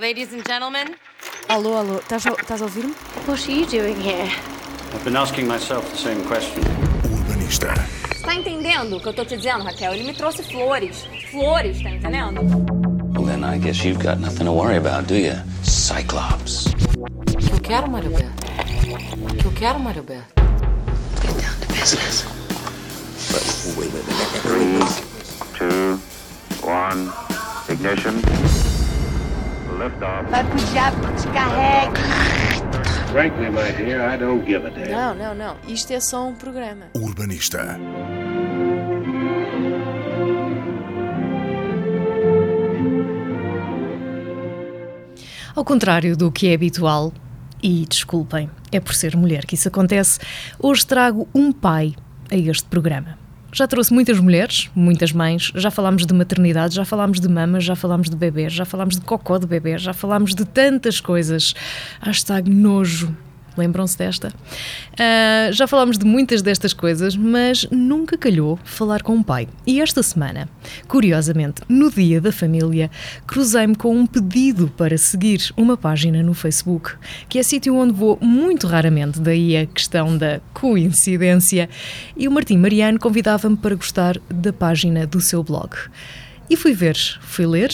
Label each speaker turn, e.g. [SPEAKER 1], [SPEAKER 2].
[SPEAKER 1] Ladies and gentlemen,
[SPEAKER 2] Alô, alô, estás a, estás a ouvir-me?
[SPEAKER 3] What are you doing here?
[SPEAKER 4] I've been asking myself the same question.
[SPEAKER 5] Urbanista.
[SPEAKER 6] Tá entendendo o que eu tô te dizendo, Raquel? Ele me trouxe flores. Flores, tá entendendo?
[SPEAKER 7] Well, then I guess you've got nothing to worry about, do you? Cyclops.
[SPEAKER 8] Eu quero, Mário Beto. Eu quero, Mário Beto.
[SPEAKER 3] Get down to business.
[SPEAKER 4] Two, one, ignition. Lift off.
[SPEAKER 3] Vai pro diabo que te carregue.
[SPEAKER 4] Frankly, my dear, I don't give a damn.
[SPEAKER 2] Não, não, não. Isto é só um programa.
[SPEAKER 5] Urbanista.
[SPEAKER 9] Ao contrário do que é habitual, e desculpem, é por ser mulher que isso acontece, hoje trago um pai a este programa. Já trouxe muitas mulheres, muitas mães, já falámos de maternidade, já falámos de mamas, já falámos de bebês, já falámos de cocó de bebê, já falámos de tantas coisas. Hashtag nojo. Lembram-se desta? Ah, já falámos de muitas destas coisas, mas nunca calhou falar com um pai. E esta semana, curiosamente, no dia da família, cruzei-me com um pedido para seguir uma página no Facebook, que é sítio onde vou muito raramente, daí a questão da coincidência, e o Martim Mariano convidava-me para gostar da página do seu blog. E fui ver, fui ler